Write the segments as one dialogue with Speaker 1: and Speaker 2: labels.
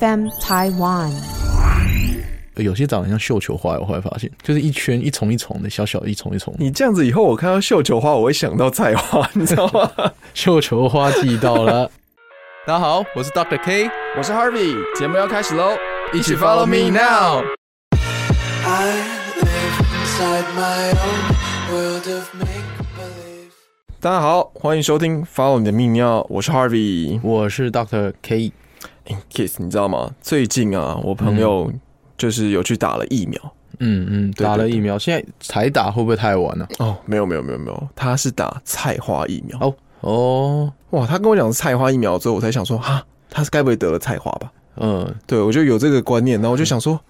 Speaker 1: FM Taiwan。
Speaker 2: 有些长得像绣球花，我后来发现，就是一圈一丛一丛的，小小一丛一丛。
Speaker 3: 你这样子以后，我看到绣球花，我会想到菜花，你知道吗？
Speaker 2: 绣球花季到了。 大家好，我是 Doctor K，
Speaker 3: 我是 Harvey，节目要开始喽，一起
Speaker 2: follow me now。
Speaker 4: I live inside my own world of make believe.
Speaker 3: 大家好，欢迎收听《Follow 你的泌尿》，我是 Harvey。
Speaker 2: 我是 Doctor K。
Speaker 3: In Kiss，你知道吗？最近啊，我朋友就是有去打了疫苗。
Speaker 2: 嗯嗯，
Speaker 3: 对
Speaker 2: 打了
Speaker 3: 对
Speaker 2: 疫苗，现在才打会不会太晚了、
Speaker 3: 哦，没有没有没有没有，他是打菜花疫苗。
Speaker 2: 哦哦，
Speaker 3: 哇，他跟我讲菜花疫苗之后，我才想说，哈，他是该不会得了菜花吧？
Speaker 2: 嗯，
Speaker 3: 对，我就有这个观念，然后我就想说，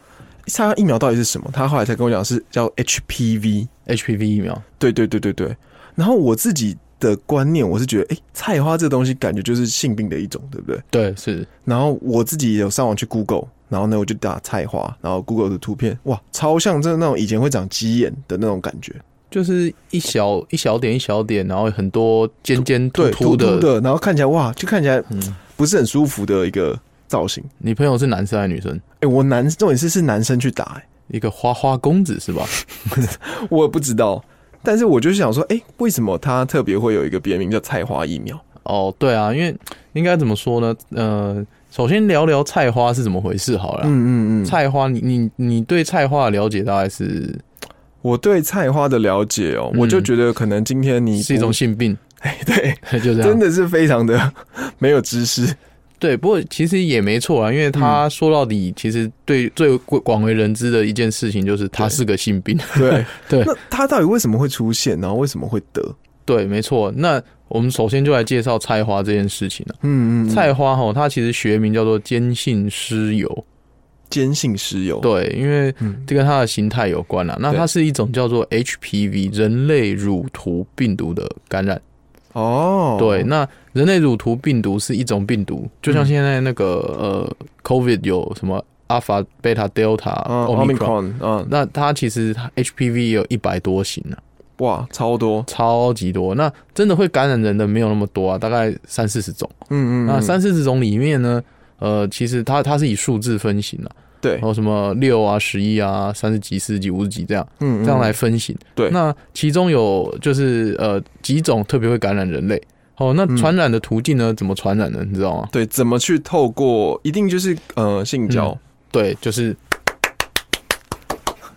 Speaker 3: 菜花疫苗到底是什么？他后来才跟我讲是叫 HPV。
Speaker 2: HPV 疫苗，
Speaker 3: 对对对对对。然后我自己的观念，我是觉得，哎、菜花这东西感觉就是性病的一种，对不对？
Speaker 2: 对，是
Speaker 3: 然后我自己有上网去 Google，然后呢，我就打菜花，然后 Google 的图片，哇，超像真的那种以前会长鸡眼的那种感觉，
Speaker 2: 就是一小一小点一小点，然后很多尖尖
Speaker 3: 对，
Speaker 2: 凸
Speaker 3: 突
Speaker 2: 的。
Speaker 3: 突的，然后看起来哇，就看起来
Speaker 2: 嗯
Speaker 3: 不是很舒服的一个造型。
Speaker 2: 你朋友是男生还是女生？
Speaker 3: 哎、我男重点是是男生去打、诶
Speaker 2: 一个花花公子 是吧？
Speaker 3: 我也不知道。但是我就是想说，哎、为什么他特别会有一个别名叫菜花疫苗？
Speaker 2: 哦，对啊，因为应该怎么说呢？呃，首先聊聊菜花是怎么回事好了。
Speaker 3: 嗯嗯嗯，
Speaker 2: 菜花，你你你对菜花的了解大概是
Speaker 3: 我对菜花的了解哦、
Speaker 2: 嗯
Speaker 3: 我就觉得可能今天你
Speaker 2: 是一种啊性 病，
Speaker 3: 哎、对，
Speaker 2: 就这样。
Speaker 3: 真的是非常的 没有知识。
Speaker 2: 对，不过其实也没错啊，因为他说到底，其实
Speaker 3: 嗯
Speaker 2: 对最广为人知的一件事情就是它是个性病。
Speaker 3: 对
Speaker 2: 对
Speaker 3: 那他到底为什么会出现，然后为什么会得？
Speaker 2: 对，没错。那我们首先就来介绍菜花这件事情啊。
Speaker 3: 嗯嗯，嗯
Speaker 2: 菜花哈，它其实学名叫做坚性湿疣，
Speaker 3: 坚信石油。，
Speaker 2: 对，因为
Speaker 3: 哦嗯，
Speaker 2: 这跟它的形态有关啦、啊那
Speaker 3: 对
Speaker 2: 它是一种叫做 HPV 人类乳突病毒的感染。
Speaker 3: 哦，
Speaker 2: 对，，那人类乳突病毒是一种病毒，就像现在那
Speaker 3: 嗯
Speaker 2: 个、呃，COVID 有什么 Alpha、Beta、Delta、
Speaker 3: 啊
Speaker 2: 哦 Omicron。
Speaker 3: ，Omicron，啊，
Speaker 2: 那它其实 HPV 有一百多型啊，
Speaker 3: 哇，超多，
Speaker 2: 超级多。那真的会感染人的没有那么多啊，大概三四十种。
Speaker 3: 嗯嗯，
Speaker 2: 那
Speaker 3: 嗯
Speaker 2: 三四十种里面呢，呃，其实它它是以数字分型的、啊，
Speaker 3: 对
Speaker 2: 然，后什么六啊、十一啊、三十几、四十几、五十几这样
Speaker 3: 嗯
Speaker 2: 这样来，分型。
Speaker 3: 对
Speaker 2: 那其中有就是呃几种特别会感染人类。哦，那
Speaker 3: 嗯
Speaker 2: 传染的途径呢？怎么传染呢？你知道吗？
Speaker 3: 对，怎么去透过，一定就是呃性交，
Speaker 2: 嗯对，就是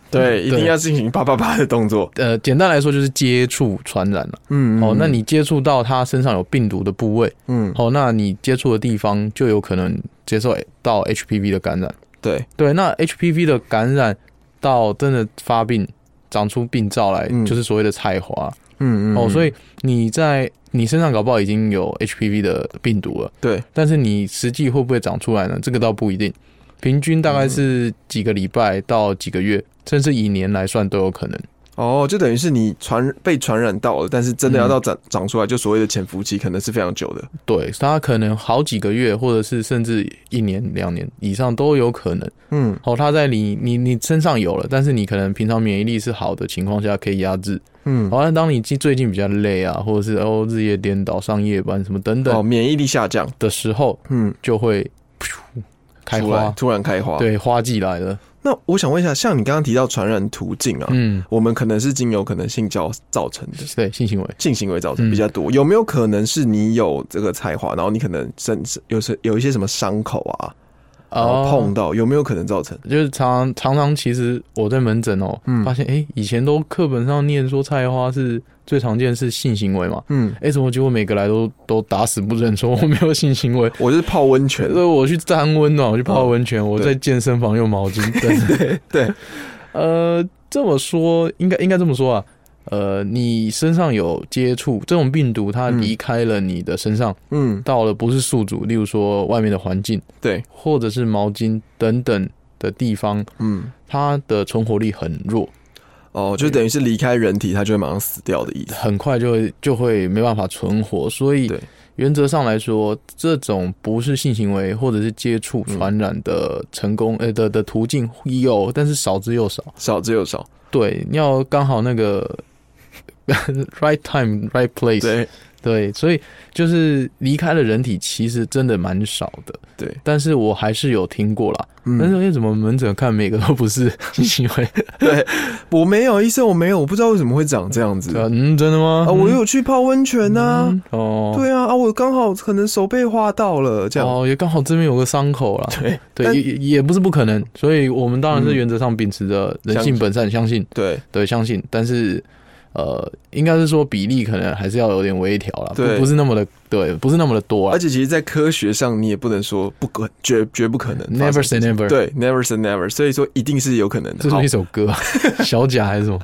Speaker 3: 对，一定要进行啪啪啪的动作，
Speaker 2: 呃，简单来说就是接触传染了、
Speaker 3: 嗯
Speaker 2: 哦，那，你接触到他身上有病毒的部位，
Speaker 3: 嗯，
Speaker 2: 哦，那你接触的地方就有可能接受到 HPV 的感染。
Speaker 3: 对，
Speaker 2: 对，那 HPV 的感染到真的发病、长出病灶来，
Speaker 3: 嗯
Speaker 2: 就是所谓的菜花。
Speaker 3: 嗯嗯，
Speaker 2: 哦，所
Speaker 3: 以
Speaker 2: 以你在你身上搞不好已经有 HPV 的病毒了，
Speaker 3: 对，
Speaker 2: 但是你实际会不会长出来呢？这个倒不一定，平均大概是几个礼拜到几个月，甚至以年来算都有可能。
Speaker 3: 哦，就等于是你传被传染到了，但是真的要
Speaker 2: 嗯
Speaker 3: 到长长出来，就所谓的潜伏期，可能是非常久的，
Speaker 2: 对，它可能好几个月，或者是甚至一年、两年以上都有可能。
Speaker 3: 嗯，
Speaker 2: 哦，它在你你你身上有了，但是你可能平常免疫力是好的情况下可以压制。
Speaker 3: 嗯，
Speaker 2: 好、哦，那当你近最近比较累啊，或者是哦日夜颠倒、上夜班什么等
Speaker 3: 哦，
Speaker 2: 等
Speaker 3: 免疫力下降，
Speaker 2: 的时候，
Speaker 3: 嗯，
Speaker 2: 就会噗开
Speaker 3: 出来
Speaker 2: 花，
Speaker 3: 突然开花，。
Speaker 2: 对，花季来了。
Speaker 3: 那我想问一下，像你刚刚提到传染途径啊，
Speaker 2: 嗯，
Speaker 3: 我们可能是经由可能性交造成的。
Speaker 2: 对，性行为。
Speaker 3: 性行为造成
Speaker 2: 嗯
Speaker 3: 比较多，有没有可能是你有这个才华，然后你可能身有时有一些什么伤口啊，
Speaker 2: 哦
Speaker 3: 然后碰到，有没有可能造成？
Speaker 2: 就是常常常，其实我在门诊哦，
Speaker 3: 嗯
Speaker 2: 发现哎、诶以前都课本上念说菜花是最常见是性行为嘛，
Speaker 3: 嗯，
Speaker 2: 哎、怎么结果每个来都都打死不认说我没有性行为？
Speaker 3: 我就是泡温泉
Speaker 2: 所以我去沾温暖，我去泡温泉，我
Speaker 3: 嗯对
Speaker 2: 在健身房用毛巾。对
Speaker 3: 对，
Speaker 2: 呃，这么说应该应该这么说啊，呃，你身上有接触这种病毒，它
Speaker 3: 嗯
Speaker 2: 离开了你的身上，
Speaker 3: 嗯，
Speaker 2: 到了不是宿主，例如说外面的环境
Speaker 3: 对，
Speaker 2: 或者是毛巾等等的地方，
Speaker 3: 嗯，
Speaker 2: 它的存活力很弱，
Speaker 3: 哦，就等于是离开人体，它就会马上死掉的意思。
Speaker 2: 很快就会就会没办法存活。所以
Speaker 3: 对
Speaker 2: 原则上来说，这种不是性行为或者是接触
Speaker 3: 嗯
Speaker 2: 传染的成功、呃的的途径有，但是少之又少。
Speaker 3: 少之又少，
Speaker 2: 对，要刚好那个 right time right place。
Speaker 3: 对
Speaker 2: 对，所以就是离开了人体，其实真的蛮少的。
Speaker 3: 对，
Speaker 2: 但是我还是有听过啦。但是
Speaker 3: 嗯，
Speaker 2: 为什么门诊看每个都不是 性行为？
Speaker 3: 我没有医生，我没有，我不知道为什么会长这样子
Speaker 2: 对啊嗯，真的吗？
Speaker 3: 啊！我有去泡温泉呐、
Speaker 2: 嗯哦，
Speaker 3: 对啊啊，我刚好可能手被划到了，这样、
Speaker 2: 哦，也刚好这边有个伤口啦。
Speaker 3: 啊对
Speaker 2: 对，
Speaker 3: 但嗯
Speaker 2: 也也也不是不可能，所以我们当然是原则上秉持着人性本善，相信
Speaker 3: 对
Speaker 2: 对相信，但是呃，应该是说比例可能还是要有点微调啦，不
Speaker 3: 对
Speaker 2: 不是那么的对，不是那么的多
Speaker 3: 而
Speaker 2: 啊。
Speaker 3: 且其实，在科学上，你也不能说不可，绝绝不可能
Speaker 2: Never say never，，
Speaker 3: 对，never say never，所以说一定是有可能
Speaker 2: 这
Speaker 3: 的。好
Speaker 2: 是一，首歌， 小贾还是什么？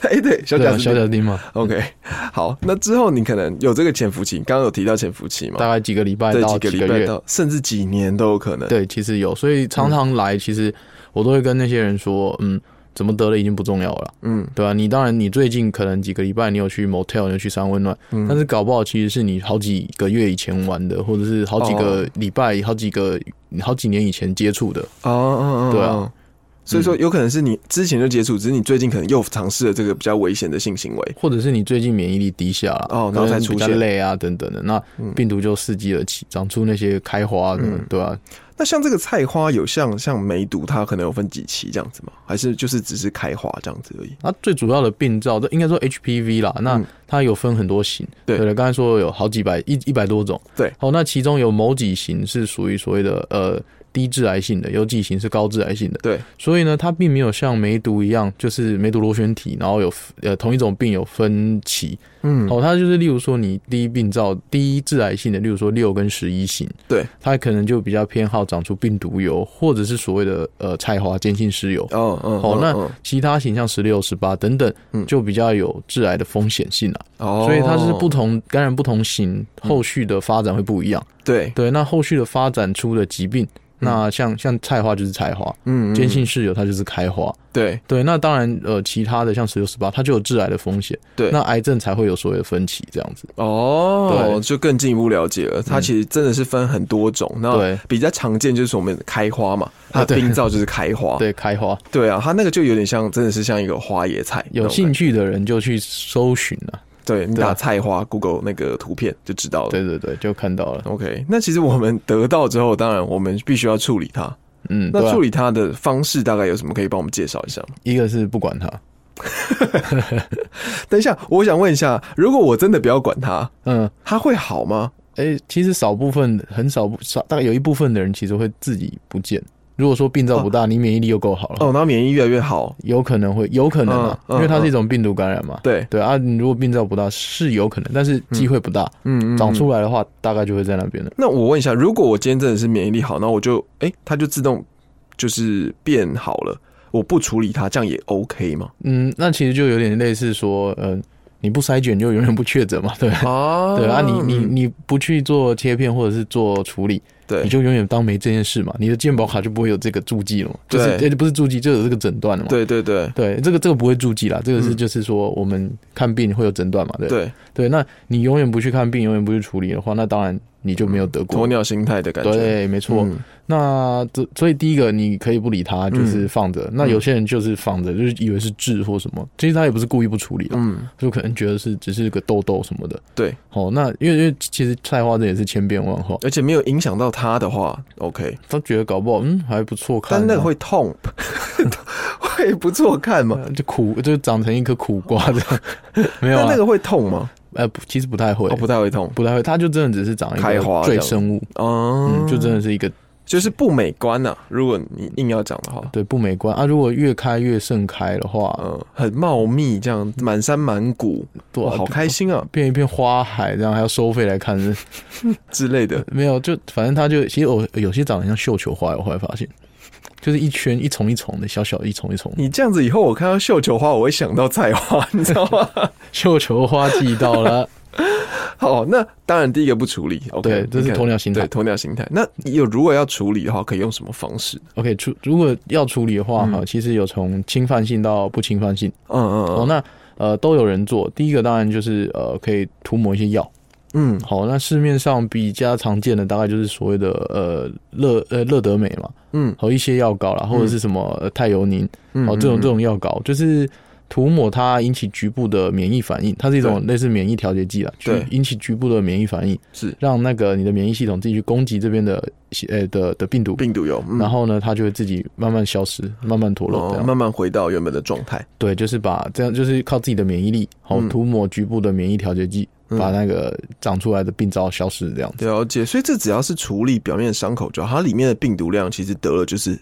Speaker 3: 哎，对， 小
Speaker 2: 对
Speaker 3: 贾
Speaker 2: 啊
Speaker 3: 是
Speaker 2: 小
Speaker 3: 这个
Speaker 2: 贾丁嘛，
Speaker 3: OK，好，那之后你可能有这个潜伏期，刚刚有提到潜伏期嘛
Speaker 2: 大？概几个礼拜
Speaker 3: 哦对，
Speaker 2: 到几
Speaker 3: 个礼
Speaker 2: 个
Speaker 3: 拜
Speaker 2: 月，
Speaker 3: 到甚至几年都有可能。
Speaker 2: 对，其实有，所以常常来，其实我都会跟那些人说，嗯，怎么得了已经不重要了。
Speaker 3: 嗯，
Speaker 2: 对啊，你当然，你最近可能几个礼拜你有去 motel，你有去三温暖，
Speaker 3: 嗯
Speaker 2: 但是搞不好其实是你好几个月以前玩的，或者是好几个礼拜、好几个、好几年以前接触的。
Speaker 3: 哦哦哦，
Speaker 2: 对啊嗯
Speaker 3: 哦，所以说有可能是你之前就接触，只是你最近可能又尝试了这个比较危险的性行为。
Speaker 2: 或者是你最近免疫力低下啦
Speaker 3: 哦然后
Speaker 2: 可能
Speaker 3: 才
Speaker 2: 比较
Speaker 3: 出现
Speaker 2: 累啊等等的，那病毒就伺机而起，长出那些开花的，
Speaker 3: 嗯
Speaker 2: 对啊，
Speaker 3: 那像这个菜花有像像梅毒，它可能有分几期这样子吗？还是就是只是开花这样子而已？
Speaker 2: 那最主要的病灶，这应该说 HPV 啦，那
Speaker 3: 嗯
Speaker 2: 它有分很多型，
Speaker 3: 对
Speaker 2: 了，刚才说有好几百一一百多种，
Speaker 3: 对
Speaker 2: 好，那其中有某几型是属于所谓的呃低致癌性的，有几型是高致癌性的，
Speaker 3: 对，
Speaker 2: 所以呢，它并没有像梅毒一样，就是梅毒螺旋体，然后有呃同一种病有分期，
Speaker 3: 嗯，
Speaker 2: 哦，它就是例如说你第一病灶第一致癌性的，例如说六跟十一型，
Speaker 3: 对，
Speaker 2: 它可能就比较偏好长出病毒疣，或者是所谓的呃菜花间性湿疣，
Speaker 3: 哦嗯，
Speaker 2: 哦
Speaker 3: 嗯，
Speaker 2: 那
Speaker 3: 嗯
Speaker 2: 其他型像十六、十八等等
Speaker 3: 嗯，
Speaker 2: 就比较有致癌的风险性啊。
Speaker 3: 哦，嗯
Speaker 2: 所以它是不同感染不同型，后续的发展会不一样。
Speaker 3: 对，
Speaker 2: 对，那后续的发展出的疾病，那像像菜花就是菜花，
Speaker 3: 嗯，嗯
Speaker 2: 间性室友它就是开花。
Speaker 3: 对
Speaker 2: 对，那当然呃，其他的像十六、十八，它就有致癌的风险。
Speaker 3: 对
Speaker 2: 那癌症才会有所谓的分歧这样子。
Speaker 3: 哦
Speaker 2: 对，
Speaker 3: 就更进一步了解了。它
Speaker 2: 嗯
Speaker 3: 其实真的是分很多种，那
Speaker 2: 对
Speaker 3: 比较常见就是我们开花嘛，它
Speaker 2: 啊
Speaker 3: 的
Speaker 2: 对
Speaker 3: 冰灶就是开花，
Speaker 2: 对，开花
Speaker 3: 对啊，它那个就有点像，真的是像一个花野菜，
Speaker 2: 有兴，趣的人就去搜寻啊。
Speaker 3: 对你
Speaker 2: 对啊
Speaker 3: 打菜花 Google 那个图片就知道了。
Speaker 2: 对对对，就看到了。
Speaker 3: OK，那其实我们得到之后，当然我们必须要处理它。
Speaker 2: 嗯，对
Speaker 3: 那
Speaker 2: 啊
Speaker 3: 处理它的方式大概有什么可以帮我们介绍一下吗？
Speaker 2: 一个是不管它，
Speaker 3: 等一下，我想问一下，如果我真的不要管它，
Speaker 2: 嗯。
Speaker 3: 它会好吗？
Speaker 2: 诶，其实少部分很少部少，大概有一部分的人其实会自己不见。如果说病灶不大，你免疫力又够好了，
Speaker 3: 哦，然后免疫越来越好，
Speaker 2: 有可能会有可能啊，
Speaker 3: 嗯嗯
Speaker 2: 因为它是一种病毒感染嘛。
Speaker 3: 对，
Speaker 2: 对啊，你如果病灶不大是有可能，但是机会不大。
Speaker 3: 嗯，嗯
Speaker 2: 长
Speaker 3: 嗯
Speaker 2: 出来的话，大概就会在那边了。
Speaker 3: 那我问一下，如果我今天真的是免疫力好，那我就哎、它就自动就是变好了，我不处理它，这样也 OK 吗？
Speaker 2: 嗯，那其实就有点类似说，嗯、你不筛检就永远不确诊嘛， 对吧。
Speaker 3: 啊
Speaker 2: 对啊，你你你不去做切片或者是做处理，
Speaker 3: 啊对
Speaker 2: 你就永远当没这件事嘛，你的健保卡就不会有这个注记了嘛，就是
Speaker 3: 对
Speaker 2: 诶不是注记，就有这个诊断了嘛。
Speaker 3: 对对对
Speaker 2: 对，这个这个不会注记啦，这个是
Speaker 3: 嗯
Speaker 2: 就是说我们看病会有诊断嘛，对
Speaker 3: 对，
Speaker 2: 对。那你永远不去看病，永远不去处理的话，那当然你就没有得
Speaker 3: 鸵
Speaker 2: 过。
Speaker 3: 鸟心嗯态的感觉，
Speaker 2: 对，没错。
Speaker 3: 嗯
Speaker 2: 那这所以第一个你可以不理他，就是
Speaker 3: 嗯
Speaker 2: 放着。那有些人就是放着，就是以为是痣或什么，其实他也不是故意不处理啦，啊
Speaker 3: 嗯，
Speaker 2: 就可能觉得是只是个痘痘什么的。
Speaker 3: 对，
Speaker 2: 哦，那因为因为其实菜花这也是千变万化，
Speaker 3: 而且没有影响到它的话，OK，
Speaker 2: 他觉得搞不好嗯还不错看啊，
Speaker 3: 但那个会 痛，会不错看吗？
Speaker 2: 呃就苦就长成一颗苦瓜这 样，没有啊
Speaker 3: 但那个会痛吗？
Speaker 2: 呃不其实不太会
Speaker 3: 哦，，不太会痛，
Speaker 2: 不太会，它就真的只是长一
Speaker 3: 开
Speaker 2: 个
Speaker 3: 花
Speaker 2: 赘生物，
Speaker 3: 哦、
Speaker 2: 嗯，就真的是一个
Speaker 3: 就是不美观呐、如果你硬要讲的话，
Speaker 2: 对不美观啊。如果越开越盛开的话，
Speaker 3: 嗯、很茂密，这样满山满谷，
Speaker 2: 对啊、
Speaker 3: 哇，好开心啊
Speaker 2: 变一片花海，这样还要收费来看，
Speaker 3: 之类的。
Speaker 2: 没有就反正它就其实我有些长得像绣球花，我后来发现，就是一圈一丛一丛的，小小一丛一丛。
Speaker 3: 你这样子以后，我看到绣球花，我会想到菜花， 你知道吗？
Speaker 2: 绣球花季到 了，
Speaker 3: 好，那当然第一个不处理，OK，
Speaker 2: 对这是
Speaker 3: 你看
Speaker 2: 鸵鸟心态
Speaker 3: 对鸵鸟心态。那有如果要处理的话，可以用什么方式？
Speaker 2: OK，处如果要处理的话哈，其实有从侵犯性到不侵犯性
Speaker 3: 嗯嗯
Speaker 2: 哦。
Speaker 3: 嗯，
Speaker 2: 那呃都有人做，第一个当然就是呃可以涂抹一些药。
Speaker 3: 嗯，
Speaker 2: 好，那市面上比较常见的大概就是所谓的呃乐呃乐德美嘛，
Speaker 3: 嗯，
Speaker 2: 和一些药膏啦，或者是什么呃泰油宁
Speaker 3: 嗯
Speaker 2: 哦这种这，种药膏，就是涂抹它引起局部的免疫反应，它是一种类似免疫调节剂啦，去
Speaker 3: 对
Speaker 2: 引起局部的免疫反应，
Speaker 3: 是
Speaker 2: 让那个你的免疫系统自己去攻击这边的呃的的病毒，
Speaker 3: 病毒有，嗯
Speaker 2: 然后呢，它就会自己慢慢消失，慢慢脱落，这
Speaker 3: 哦
Speaker 2: 样、
Speaker 3: 慢慢回到原本的状态。
Speaker 2: 对，就是把这样就是靠自己的免疫力，好
Speaker 3: 嗯
Speaker 2: 涂抹局部的免疫调节剂，
Speaker 3: 嗯
Speaker 2: 把那个长出来的病灶消失，这样子。
Speaker 3: 了解，所以这只要是处理表面伤口就好，它里面的病毒量其实得了就是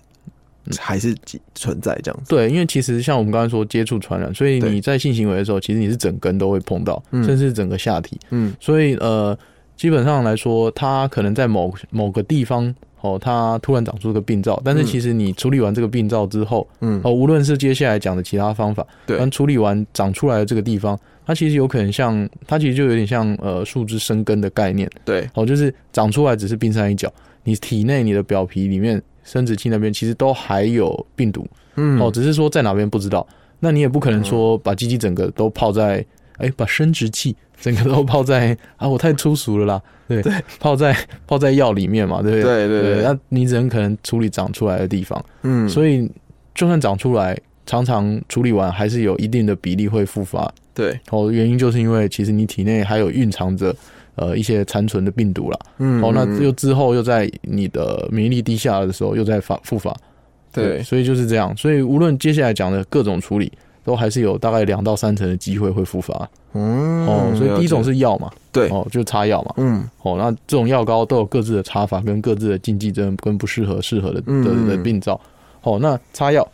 Speaker 3: 还是存在这样子。
Speaker 2: 对，因为其实像我们刚才说接触传染，所以
Speaker 3: 对
Speaker 2: 你在性行为的时候，其实你是整根都会碰到，
Speaker 3: 嗯
Speaker 2: 甚至整个下体。
Speaker 3: 嗯
Speaker 2: 所以呃，基本上来说，它可能在某某个地方哦，它突然长出个病灶，但是
Speaker 3: 嗯
Speaker 2: 其实你处理完这个病灶之后，
Speaker 3: 嗯，
Speaker 2: 哦，无论是接下来讲的其他方法，
Speaker 3: 对
Speaker 2: 但处理完长出来的这个地方，它其实有可能像，它其实就有点像呃树枝生根的概念，
Speaker 3: 对，
Speaker 2: 哦，就是长出来只是冰山一角，你体内你的表皮里面生殖器那边其实都还有病毒，
Speaker 3: 嗯
Speaker 2: 哦，只是说在哪边不知道，那你也不可能说把鸡鸡整个都泡在，哎、把生殖器整个都泡在啊，我太粗俗了啦，对，泡在泡在药里面嘛，对不对？
Speaker 3: 对对对
Speaker 2: 那你只能可能处理长出来的地方。
Speaker 3: 嗯，以
Speaker 2: 所以就算长出来，常常处理完还是有一定的比例会复发。
Speaker 3: 对，
Speaker 2: 哦，原因就是因为其实你体内还有蕴藏着呃一些残存的病毒啦。
Speaker 3: 嗯
Speaker 2: 哦，那
Speaker 3: 嗯
Speaker 2: 又之后又在你的免疫力低下的时候又在发复发。
Speaker 3: 对，
Speaker 2: 所以就是这样。所以无论接下来讲的各种处理，都还是有大概两到三成的机会会复发。
Speaker 3: 嗯
Speaker 2: 哦，所以第一种
Speaker 3: 了解
Speaker 2: 是药嘛，
Speaker 3: 对，
Speaker 2: 哦，就擦药嘛。
Speaker 3: 嗯
Speaker 2: 哦，那这种药膏都有各自的擦法跟各自的禁忌症跟不适合适合的
Speaker 3: 嗯嗯
Speaker 2: 的的病灶。哦，那擦药，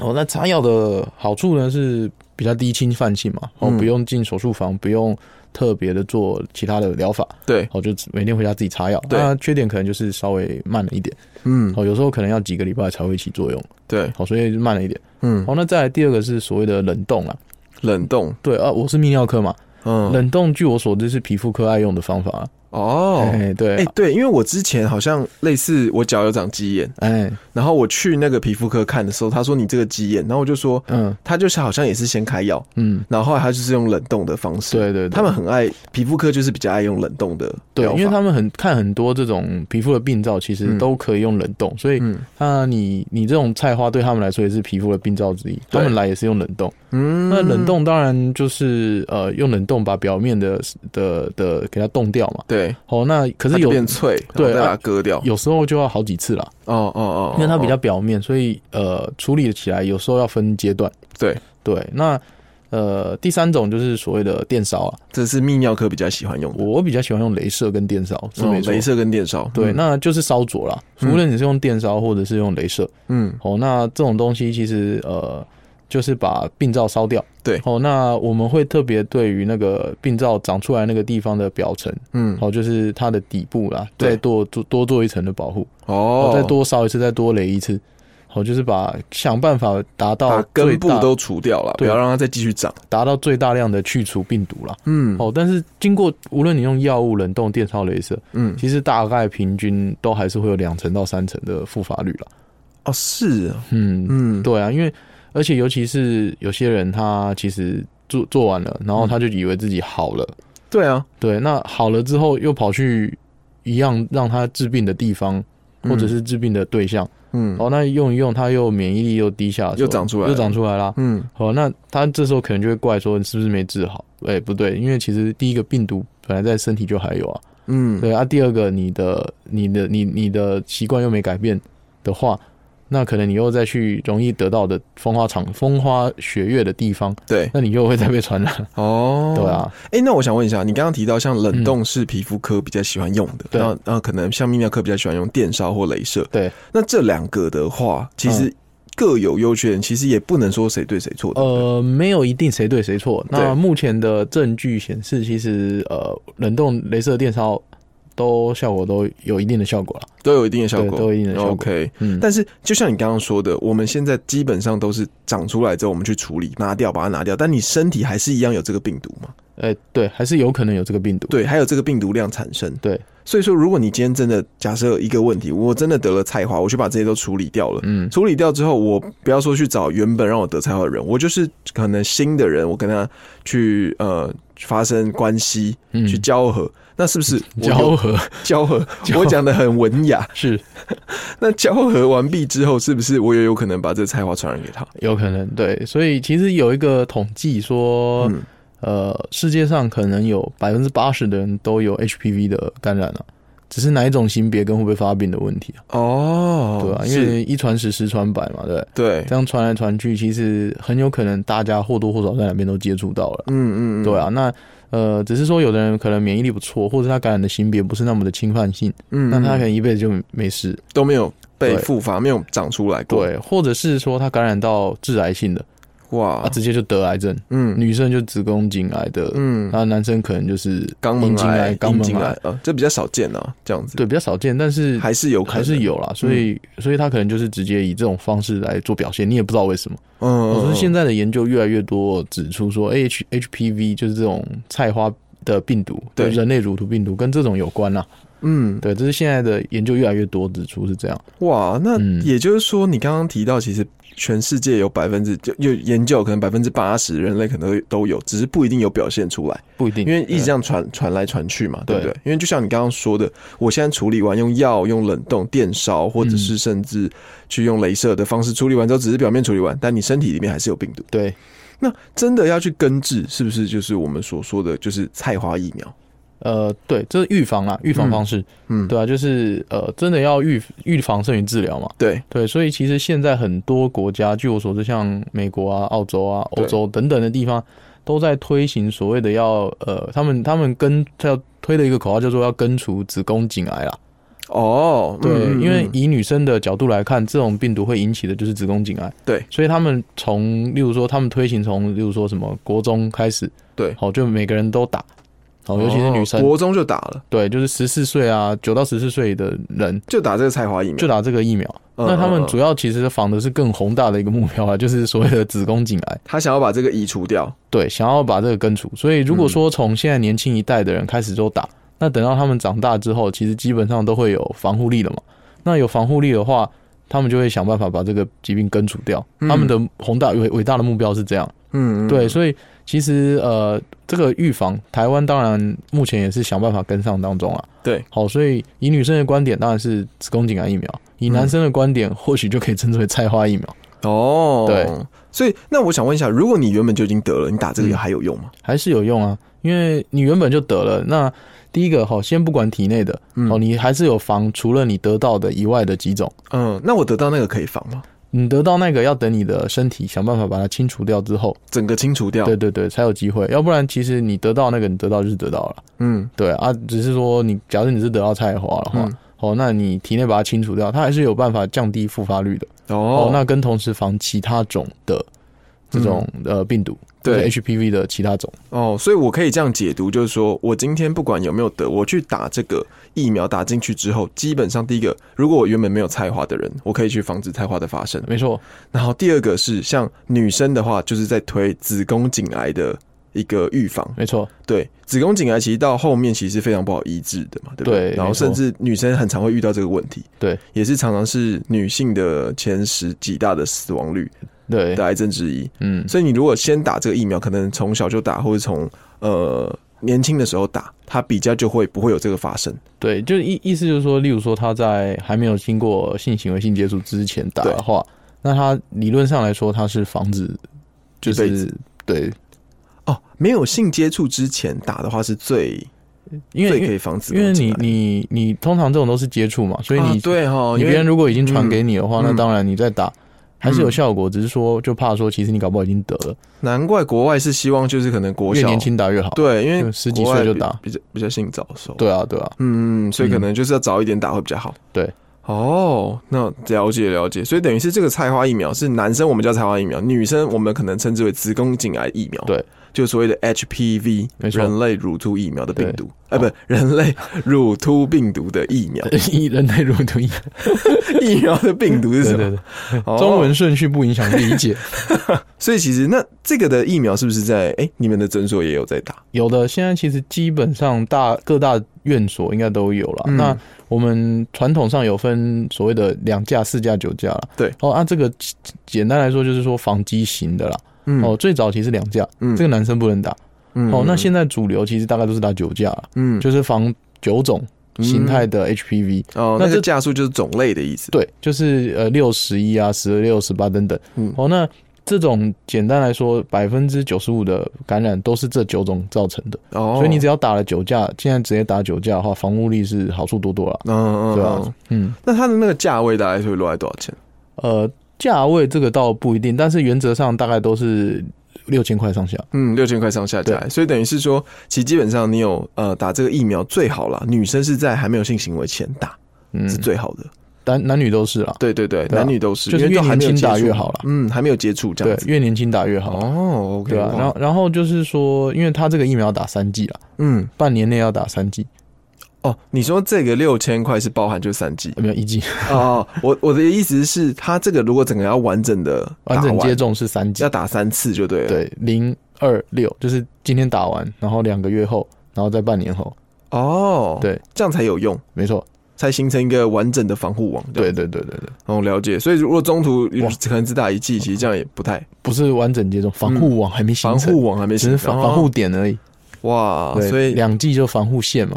Speaker 2: 哦，那擦药的好处呢是比较低侵犯性嘛，哦，
Speaker 3: 嗯
Speaker 2: 不用进手术房，不用特别的做其他的疗法，
Speaker 3: 对，
Speaker 2: 哦，就每天回家自己擦药。
Speaker 3: 对
Speaker 2: 那缺点可能就是稍微慢了一点，
Speaker 3: 嗯
Speaker 2: 哦，有时候可能要几个礼拜才会起作用，
Speaker 3: 对，
Speaker 2: 哦，所以就慢了一点。
Speaker 3: 嗯
Speaker 2: 好，那再来第二个是所谓的冷冻啊，
Speaker 3: 冷冻，
Speaker 2: 对啊，我是泌尿科嘛，
Speaker 3: 嗯
Speaker 2: 冷冻据我所知是皮肤科爱用的方法啊。
Speaker 3: 哦，
Speaker 2: 哎，
Speaker 3: 哎
Speaker 2: 对，
Speaker 3: 对，因为我之前好像类似我脚有长鸡眼，
Speaker 2: 哎，
Speaker 3: 然后我去那个皮肤科看的时候，他说你这个鸡眼，然后我就说
Speaker 2: 嗯
Speaker 3: 他就是好像也是先开药，
Speaker 2: 嗯，
Speaker 3: 然后后来他就是用冷冻的方式，
Speaker 2: 对对对，
Speaker 3: 他们很爱皮肤科，就是比较爱用冷冻的
Speaker 2: 对，
Speaker 3: 疗
Speaker 2: 因为
Speaker 3: 法
Speaker 2: 他们很看很多这种皮肤的病灶，其实
Speaker 3: 嗯
Speaker 2: 都可以用冷冻，所以
Speaker 3: 嗯
Speaker 2: 那你你这种菜花对他们来说也是皮肤的病灶之一，他
Speaker 3: 对
Speaker 2: 们来也是用冷冻。
Speaker 3: 嗯
Speaker 2: 那冷冻当然就是呃用冷冻把表面的的的给它冻掉嘛。
Speaker 3: 对，
Speaker 2: 哦，那可是
Speaker 3: 它就
Speaker 2: 有
Speaker 3: 变脆，然后
Speaker 2: 对
Speaker 3: 再把
Speaker 2: 啊
Speaker 3: 它割掉，
Speaker 2: 有时候就要好几次啦。
Speaker 3: 哦哦哦，
Speaker 2: 因为它比较
Speaker 3: 哦
Speaker 2: 表面，所以呃处理起来有时候要分阶段。
Speaker 3: 对
Speaker 2: 对，那呃第三种就是所谓的电烧啊，
Speaker 3: 这是泌尿科比较喜欢用的，
Speaker 2: 我我比较喜欢用镭射跟电烧，是
Speaker 3: 哦
Speaker 2: 没错。
Speaker 3: 镭射跟电烧，
Speaker 2: 对，
Speaker 3: 嗯
Speaker 2: 那就是烧灼啦，
Speaker 3: 嗯
Speaker 2: 无论你是用电烧或者是用镭射，
Speaker 3: 嗯
Speaker 2: 哦，那这种东西其实呃就是把病灶烧掉。
Speaker 3: 对
Speaker 2: 哦，那我们会特别对于那个病灶长出来那个地方的表层，
Speaker 3: 嗯
Speaker 2: 哦，就是它的底部啦，
Speaker 3: 对
Speaker 2: 再多做多做一层的保护。哦，，
Speaker 3: 哦
Speaker 2: 再多烧一次，再多雷一次，哦，就是把想办法达
Speaker 3: 把
Speaker 2: 到最
Speaker 3: 根部
Speaker 2: 大
Speaker 3: 都除掉了，不
Speaker 2: 对
Speaker 3: 要让它再继续长，
Speaker 2: 达到最大量的去除病毒啦。
Speaker 3: 嗯
Speaker 2: 哦，但是经过无论你用药物、冷冻、电烧、镭射，
Speaker 3: 嗯，
Speaker 2: 其实大概平均都还是会有两成到三成的复发率了。
Speaker 3: 哦是啊，
Speaker 2: 嗯，
Speaker 3: 嗯
Speaker 2: 对啊，因为而且尤其是有些人他其实做做完了，然后他就以为自己好了，
Speaker 3: 对啊，
Speaker 2: 对，那好了之后又跑去一样让他治病的地方或者
Speaker 3: 嗯
Speaker 2: 是治病的对象。
Speaker 3: 嗯
Speaker 2: 哦，那用一用，它又免疫力又低下的时候，
Speaker 3: 又长出来了
Speaker 2: 又长出来啦。
Speaker 3: 嗯
Speaker 2: 哦，那他这时候可能就会怪说你是不是没治好？哎、不对，因为其实第一个病毒本来在身体就还有啊，
Speaker 3: 嗯，
Speaker 2: 对啊。第二个，你的、你的、你、你的习惯又没改变的话，那可能你又再去容易得到的风花场、风花雪月的地方，
Speaker 3: 对
Speaker 2: 那你又会再被传染。
Speaker 3: 哦，
Speaker 2: 对啊，
Speaker 3: 哎、那我想问一下，你刚刚提到像冷冻是皮肤科比较喜欢用的，
Speaker 2: 嗯对
Speaker 3: 然后然后可能像泌尿科比较喜欢用电烧或镭射，
Speaker 2: 对，
Speaker 3: 那这两个的话，其
Speaker 2: 嗯
Speaker 3: 实各有优缺点，其实也不能说谁对谁错的。
Speaker 2: 呃，没有一定谁对谁错。
Speaker 3: 对
Speaker 2: 那目前的证据显示，其实呃，冷冻、镭射、电烧都效果都有一定的效果了。
Speaker 3: 都有一定的效果，
Speaker 2: 对都有一定的效果
Speaker 3: OK，
Speaker 2: 嗯，
Speaker 3: 但是就像你刚刚说的，我们现在基本上都是长出来之后，我们去处理，拿掉，把它拿掉。但你身体还是一样有这个病毒嘛？
Speaker 2: 呃，对，还是有可能有这个病毒。
Speaker 3: 对，还有这个病毒量产生。
Speaker 2: 对，
Speaker 3: 所以说，如果你今天真的假设一个问题，我真的得了菜花，我去把这些都处理掉了。
Speaker 2: 嗯
Speaker 3: 处理掉之后，我不要说去找原本让我得菜花的人，我就是可能新的人，我跟他去呃发生关系，
Speaker 2: 嗯
Speaker 3: 去交合，那是不是我有
Speaker 2: 交 合
Speaker 3: 交合？
Speaker 2: 交
Speaker 3: 我讲的很文雅，
Speaker 2: 是
Speaker 3: 那交合完毕之后，是不是我也有可能把这菜花传染给他？
Speaker 2: 有可能对，所以其实有一个统计说，
Speaker 3: 嗯
Speaker 2: 呃，世界上可能有百分之八十的人都有 HPV 的感染啊，只是哪一种型别跟会不会发病的问题啊，
Speaker 3: 哦，
Speaker 2: 对啊，因
Speaker 3: 是
Speaker 2: 为一传十，十传百嘛，对不对，
Speaker 3: 对，
Speaker 2: 这样传来传去，其实很有可能大家或多或少在哪边都接触到了，
Speaker 3: 嗯嗯嗯，
Speaker 2: 对啊，那呃，只是说有的人可能免疫力不错，或者他感染的型别不是那么的侵犯性，
Speaker 3: 嗯，嗯
Speaker 2: 那他可能一辈子就没事，
Speaker 3: 都没有被
Speaker 2: 对
Speaker 3: 复发，没有长出来过。
Speaker 2: 对，或者是说他感染到致癌性的，
Speaker 3: 哇
Speaker 2: 啊，，直接就得癌症，
Speaker 3: 嗯
Speaker 2: 女生就子宫颈癌的，
Speaker 3: 嗯，
Speaker 2: 那男生可能就是
Speaker 3: 肛
Speaker 2: 阴
Speaker 3: 门
Speaker 2: 茎癌、肛
Speaker 3: 阴茎
Speaker 2: 门
Speaker 3: 癌，啊，这比较少见啊，这样子，
Speaker 2: 对，比较少见，但是
Speaker 3: 还是有可能，嗯
Speaker 2: 还是有啦，所以所以他可能就是直接以这种方式来做表现，你也不知道为什么。
Speaker 3: 嗯，嗯，
Speaker 2: 我
Speaker 3: 我
Speaker 2: 说现在的研究越来越多指出说哎，H HPV 就是这种菜花的病毒，
Speaker 3: 对
Speaker 2: 人类乳头病毒跟这种有关啦。
Speaker 3: 嗯，
Speaker 2: 对，这是现在的研究越来越多指出是这样。
Speaker 3: 哇，那
Speaker 2: 嗯
Speaker 3: 也就是说，你刚刚提到，其实全世界有百分之就有研究，可能百分之八十人类可能都有，只是不一定有表现出来，
Speaker 2: 不一定，
Speaker 3: 因为一直这样传传来传去嘛，对不
Speaker 2: 嗯对
Speaker 3: 对？因为就像你刚刚说的，我现在处理完用药、用冷冻、电烧，或者
Speaker 2: 嗯
Speaker 3: 是甚至去用镭射的方式处理完之后，只是表面处理完，但你身体里面还是有病毒。
Speaker 2: 对
Speaker 3: 那真的要去根治，是不是就是我们所说的就是菜花疫苗？
Speaker 2: 呃，对，这是预防啦，预防方式，
Speaker 3: 嗯，
Speaker 2: 对啊，就是呃，真的要预预防胜于治疗嘛。
Speaker 3: 对，
Speaker 2: 对，所以其实现在很多国家，据我所知，像美国啊、澳洲啊、
Speaker 3: 对
Speaker 2: 欧洲等等的地方，都在推行所谓的要呃，他们他们根他要推的一个口号叫做要根除子宫颈癌啦。
Speaker 3: 哦，
Speaker 2: 对，
Speaker 3: 嗯
Speaker 2: 因为
Speaker 3: 嗯
Speaker 2: 以女生的角度来看，这种病毒会引起的就是子宫颈癌。
Speaker 3: 对
Speaker 2: 所以他们从例如说，他们推行从例如说什么国中开始，
Speaker 3: 对
Speaker 2: 好，就每个人都打，好，尤其是女生，
Speaker 3: 哦国中就打了，
Speaker 2: 对，就是十四岁啊，九到十四岁的人
Speaker 3: 就打这个菜花疫苗，
Speaker 2: 就打这个疫苗。
Speaker 3: 嗯
Speaker 2: 那他
Speaker 3: 嗯
Speaker 2: 们
Speaker 3: 嗯
Speaker 2: 主要其实防的是更宏大的一个目标啊，就是所谓的子宫颈癌，
Speaker 3: 他想要把这个移除掉。
Speaker 2: 对，想要把这个根除。所以如
Speaker 3: 嗯
Speaker 2: 果说从现在年轻一代的人开始都打，那等到他们长大之后，其实基本上都会有防护力了嘛。那有防护力的话，他们就会想办法把这个疾病根除掉。
Speaker 3: 嗯
Speaker 2: 他们的宏大伟伟大的目标是这样，
Speaker 3: 嗯，
Speaker 2: 对，
Speaker 3: 以
Speaker 2: 所以其实呃，这个预防，台湾当然目前也是想办法跟上当中啊。
Speaker 3: 对，
Speaker 2: 好，所以以女生的观点当然是子宫颈癌疫苗，以
Speaker 3: 嗯
Speaker 2: 男生的观点或许就可以称之为菜花疫苗，
Speaker 3: 哦，
Speaker 2: 对，
Speaker 3: 所以那我想问一下，如果你原本就已经得了，你打这个药还有用吗？
Speaker 2: 还是有用啊，因为你原本就得了。那第一个好，先不管体内的，哦，你还是有防除了你得到的以外的几种。
Speaker 3: 嗯，那我得到那个可以防吗？
Speaker 2: 你得到那个要等你的身体想办法把它清除掉之后，
Speaker 3: 整个清除掉？
Speaker 2: 对，对对，才有机会。要不然其实你得到那个，你得到就是得到了。
Speaker 3: 嗯，
Speaker 2: 对啊，只是说你假设你是得到菜花的话，
Speaker 3: 嗯
Speaker 2: 哦，那你体内把它清除掉，它还是有办法降低复发率的。哦
Speaker 3: 哦，，
Speaker 2: 那跟同时防其他种的这种、呃病毒，就
Speaker 3: 嗯对
Speaker 2: 是 HPV 的其他种，
Speaker 3: 哦，所以我可以这样解读，就是说我今天不管有没有得，我去打这个疫苗打进去之后，基本上第一个，如果我原本没有菜花的人，我可以去防止菜花的发生。
Speaker 2: 没错，
Speaker 3: 然后第二个是像女生的话，就是在推子宫颈癌的一个预防。
Speaker 2: 没错，
Speaker 3: 对，子宫颈癌其实到后面其实是非常不好医治的嘛，对不
Speaker 2: 对
Speaker 3: 对？然后
Speaker 2: 没错
Speaker 3: 甚至女生很常会遇到这个问题，
Speaker 2: 对
Speaker 3: 也是常常是女性的前十几大的死亡率
Speaker 2: 对
Speaker 3: 的，癌症之一。
Speaker 2: 嗯，
Speaker 3: 所以你如果先打这个疫苗，可能从小就打，或者从呃年轻的时候打，它比较就会不会有这个发生。
Speaker 2: 对，就意意思就是说，例如说他在还没有经过性行为、性接触之前打
Speaker 3: 对
Speaker 2: 的话，那他理论上来说，它是防止就
Speaker 3: 一辈
Speaker 2: 是
Speaker 3: 子
Speaker 2: 对，
Speaker 3: 哦，没有性接触之前打的话是最
Speaker 2: 因为因
Speaker 3: 最可以
Speaker 2: 为
Speaker 3: 防止
Speaker 2: 因为你你你通常这种都是接触嘛，所以你、
Speaker 3: 啊、对哈，
Speaker 2: 你
Speaker 3: 因
Speaker 2: 别人
Speaker 3: 为
Speaker 2: 如果已经传给你的话，
Speaker 3: 嗯
Speaker 2: 那当然你再打还是有效果，只是说就怕说其实你搞不好已经得了，
Speaker 3: 难怪国外是希望就是可能国
Speaker 2: 越
Speaker 3: 小
Speaker 2: 年轻打越好。
Speaker 3: 对，因为
Speaker 2: 就十几
Speaker 3: 国外
Speaker 2: 岁就
Speaker 3: 比
Speaker 2: 打
Speaker 3: 比较比较性早熟。
Speaker 2: 对啊，对啊，
Speaker 3: 嗯，所以可能就是要早一点打会比较好。
Speaker 2: 对，
Speaker 3: 哦，那了解了解，所以等于是这个菜花疫苗是男生我们叫菜花疫苗，女生我们可能称之为子宫颈癌疫苗。
Speaker 2: 对，
Speaker 3: 就所谓的 HPV
Speaker 2: 没错
Speaker 3: 人类乳突疫苗的病毒，哎，
Speaker 2: 对哦
Speaker 3: 不，人类乳突病毒的疫苗，
Speaker 2: 一人类乳毒疫
Speaker 3: 啊
Speaker 2: 苗，
Speaker 3: 疫苗的病毒是
Speaker 2: 对
Speaker 3: 什
Speaker 2: 对
Speaker 3: 么
Speaker 2: 对？，中
Speaker 3: 哦
Speaker 2: 文顺序不影响理解。
Speaker 3: 所以其实那这个的疫苗是不是在哎、你们的诊所也有在打？
Speaker 2: 有的，现在其实基本上大各大院所应该都有了。
Speaker 3: 嗯
Speaker 2: 那我们传统上有分所谓的两价、四价、九价啦。
Speaker 3: 对
Speaker 2: 哦，啊，这个简简单来说就是说防机型的啦。
Speaker 3: 嗯
Speaker 2: 哦，最早其实两价，
Speaker 3: 嗯
Speaker 2: 这个男生不能打。
Speaker 3: 嗯
Speaker 2: 哦，那现在主流其实大概都是打九价啦，
Speaker 3: 嗯
Speaker 2: 就是防九种形态的 HPV。
Speaker 3: 哦，
Speaker 2: 那
Speaker 3: 那
Speaker 2: 这
Speaker 3: 个价数就是种类的意思。
Speaker 2: 对，就是呃六十一啊、十六、十八等等。
Speaker 3: 嗯
Speaker 2: 哦，那这种简单来说，百分之九十五的感染都是这九种造成的。
Speaker 3: 哦，
Speaker 2: 所以你只要打了九价，现在直接打九价的话，防护力是好处多多了，
Speaker 3: 嗯嗯
Speaker 2: 对
Speaker 3: 嗯
Speaker 2: 啊，嗯，
Speaker 3: 那它的那个价位大概是会落在多少钱？
Speaker 2: 呃，价位这个倒不一定，但是原则上大概都是六千块上下。
Speaker 3: 嗯，六千块上下价，
Speaker 2: 对
Speaker 3: 所以等于是说，其实基本上你有呃打这个疫苗最好啦，女生是在还没有性行为前打
Speaker 2: 嗯
Speaker 3: 是，最好的。
Speaker 2: 男男女都是啦，
Speaker 3: 对对对，
Speaker 2: 对啊
Speaker 3: 男女都是，
Speaker 2: 就是
Speaker 3: 因为
Speaker 2: 越
Speaker 3: 都还没有
Speaker 2: 年轻打
Speaker 3: 接触
Speaker 2: 越好啦
Speaker 3: 嗯，还没有接触这
Speaker 2: 对
Speaker 3: 样，子。
Speaker 2: 越年轻打越好，
Speaker 3: 哦，OK，
Speaker 2: 对啊
Speaker 3: 哇，
Speaker 2: 然后然后就是说，因为他这个疫苗打三剂啦，
Speaker 3: 嗯，
Speaker 2: 半年内要打三剂，
Speaker 3: 哦，你说这个六千块是包含就三 剂
Speaker 2: 呃没有一剂，
Speaker 3: 哦，我我的意思是，它这个如果整个要完整的打
Speaker 2: 完整接种是三剂
Speaker 3: 要，打三次就对了。
Speaker 2: 对，零二六就是今天打完，然后两个月后，然后再半年后，
Speaker 3: 哦，
Speaker 2: 对，
Speaker 3: 这样才有用，
Speaker 2: 没错，
Speaker 3: 才形成一个完整的防护网。这样
Speaker 2: 对，对对对对，
Speaker 3: 哦，了解。所以如果中途
Speaker 2: 哇
Speaker 3: 可能只打一剂，其实这样也不太
Speaker 2: 不是完整接种，防护网还没形
Speaker 3: 防
Speaker 2: 成，
Speaker 3: 护网还没
Speaker 2: 只
Speaker 3: 形
Speaker 2: 是
Speaker 3: 成，
Speaker 2: 防防护点而已。
Speaker 3: 哦哇，
Speaker 2: 对，
Speaker 3: 所以
Speaker 2: 两剂就防护线嘛，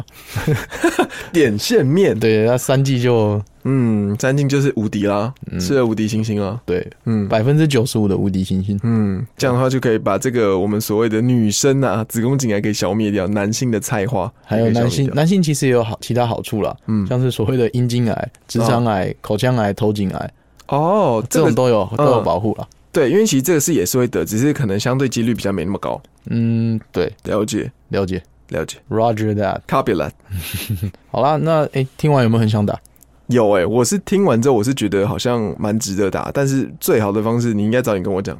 Speaker 3: 点线面，
Speaker 2: 对，那三剂就
Speaker 3: 嗯，三进就是无敌啦，
Speaker 2: 嗯
Speaker 3: 吃了无敌星星啦，
Speaker 2: 对
Speaker 3: 嗯。
Speaker 2: 百分之九十五的无敌星星。
Speaker 3: 嗯，这样的话就可以把这个我们所谓的女生啊子宫颈癌给消灭掉，男性的菜花
Speaker 2: 还有
Speaker 3: 也可以消
Speaker 2: 男
Speaker 3: 灭
Speaker 2: 性
Speaker 3: 掉，
Speaker 2: 男性其实也有好其他好处啦，
Speaker 3: 嗯
Speaker 2: 像是所谓的阴茎癌、直肠癌、口腔癌、头颈癌，
Speaker 3: 哦，
Speaker 2: 这
Speaker 3: 这个
Speaker 2: 种都有都有
Speaker 3: 嗯
Speaker 2: 保护啦。
Speaker 3: 对，因为其实这个是也是会得，只是可能相对几率比较没那么高。
Speaker 2: 嗯，对，
Speaker 3: 了解，
Speaker 2: 了解
Speaker 3: 了解
Speaker 2: ，Roger that。
Speaker 3: ，copy that。
Speaker 2: 好啦，那诶、听完有没有很想打？
Speaker 3: 有哎、我是听完之后，我是觉得好像蛮值得打，但是最好的方式，你应该早点跟我讲。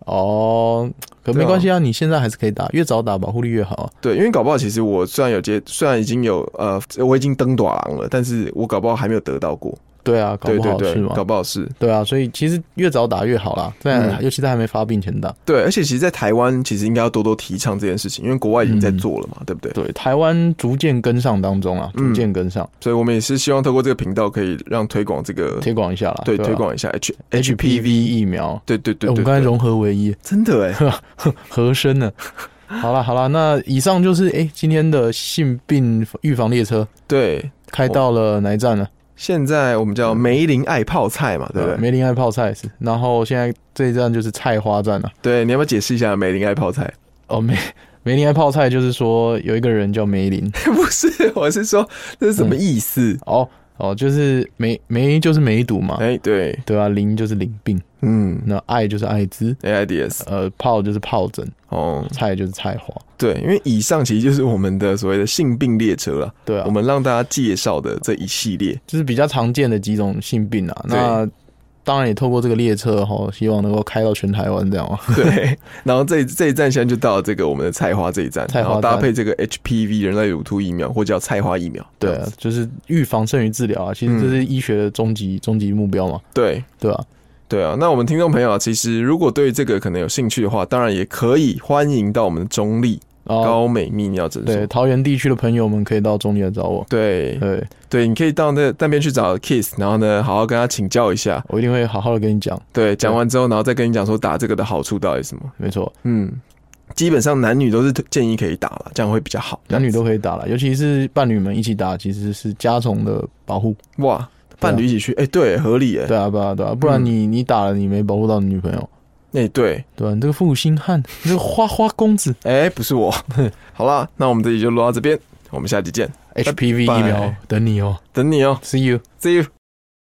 Speaker 2: 哦，可
Speaker 3: 对
Speaker 2: 没
Speaker 3: 啊
Speaker 2: 关系啊，你现在还是可以打，越早打保护力越好啊。
Speaker 3: 对，因为搞不好其实我虽然有接，虽然已经有呃，我已经登短廊了，但是我搞不好还没有得到过。
Speaker 2: 对啊，搞
Speaker 3: 对
Speaker 2: 不
Speaker 3: 对
Speaker 2: 好是
Speaker 3: 对，
Speaker 2: 吗
Speaker 3: 搞？不好是。
Speaker 2: 对啊，所以其实越早打越好啦，在、
Speaker 3: 嗯
Speaker 2: 尤其在还没发病前打。
Speaker 3: 对，而且其实，在台湾其实应该要多多提倡这件事情，因为国外已经在
Speaker 2: 嗯
Speaker 3: 做了嘛，对不对？
Speaker 2: 对，台湾逐渐跟上当中啊，
Speaker 3: 嗯
Speaker 2: 逐渐跟上，
Speaker 3: 所以我们也是希望透过这个频道，可以让推广这个
Speaker 2: 推广一下啦。
Speaker 3: 对
Speaker 2: 啊
Speaker 3: 推广一下 H
Speaker 2: HPV 疫苗。
Speaker 3: 对对
Speaker 2: 哎
Speaker 3: 对
Speaker 2: 我
Speaker 3: 对
Speaker 2: 们刚才
Speaker 3: 对，
Speaker 2: 融合为一，
Speaker 3: 真的哎、
Speaker 2: 合身呢。好啦好啦，那以上就是哎、今天的性病预防列车
Speaker 3: 对，
Speaker 2: 开到
Speaker 3: 哦
Speaker 2: 了哪一站呢？
Speaker 3: 现在我们叫梅林爱泡菜嘛，对不
Speaker 2: 呃
Speaker 3: 对？
Speaker 2: 嗯梅林爱泡菜是，然后现在这一站就是菜花站了、
Speaker 3: 对，你要不要解释一下梅林爱泡菜？
Speaker 2: 哦，梅梅林爱泡菜就是说有一个人叫梅 林，
Speaker 3: 不是，我是说这是什么意思？
Speaker 2: 哦哦，就是梅梅就是梅毒嘛，
Speaker 3: 哎、对，
Speaker 2: 对啊，林就是淋病，
Speaker 3: 嗯
Speaker 2: 那爱就是艾滋，
Speaker 3: ，AIDS
Speaker 2: 呃，泡就是疱疹，
Speaker 3: 哦，
Speaker 2: 菜就是菜花，
Speaker 3: 对，因为以上其实就是我们的所谓的性病列车了，
Speaker 2: 对啊，
Speaker 3: 我们让大家介绍的这一系 列。
Speaker 2: 就是比较常见的几种性病啊。
Speaker 3: 对
Speaker 2: 那当然也透过这个列车哈，希望能够开到全台湾这样啊。
Speaker 3: 对，然后这一这一站现在就到了这个我们的菜花这一站，
Speaker 2: 菜花
Speaker 3: 然后
Speaker 2: 站
Speaker 3: 搭配这个 HPV 人类乳突疫苗，或叫菜花疫苗。
Speaker 2: 对啊，就是预防胜于治疗啊，其实这是医学的终极终极目标嘛，
Speaker 3: 对
Speaker 2: 对吧、
Speaker 3: 对啊，那我们听众朋友啊，其实如果对这个可能有兴趣的话，当然也可以欢迎到我们的中立
Speaker 2: 然后
Speaker 3: 高美泌尿诊所。
Speaker 2: 哦对桃园地区的朋友们可以到中立来找我，
Speaker 3: 对
Speaker 2: 对
Speaker 3: 对，你可以到那那边去找 Kiss，然后呢，好好跟他请教一下。
Speaker 2: 我一定会好好的跟你讲，
Speaker 3: 对，讲完之后，然后再跟你讲说打这个的好处到底是什么。
Speaker 2: 没错，
Speaker 3: 嗯，基本上男女都是建议可以打了，这样会比较好。
Speaker 2: 男女都可以打了，尤其是伴侣们一起打，其实是加重的保护，
Speaker 3: 哇，伴侣一起去，哎、对，合理哎、
Speaker 2: 对啊，对啊，对啊，不然你你打了你没保护到你女朋友，
Speaker 3: 哎、对，
Speaker 2: 对、啊，你这个负心汉，你这个花花公子
Speaker 3: 哎、不是我。 好啦，那我们这集就录到这边，我们下集见，
Speaker 2: ，HPV
Speaker 3: 拜
Speaker 2: 疫苗等你哦
Speaker 3: 等你哦、
Speaker 2: ，See you。
Speaker 3: ，See you。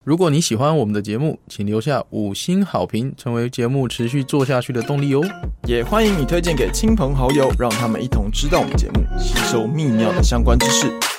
Speaker 2: 如果你喜欢我们的节目，请留下五星好评，成为节目持续做下去的动力哦。
Speaker 3: 也欢迎你推荐给亲朋好友，让他们一同知道我们节目，吸收泌尿的相关知识。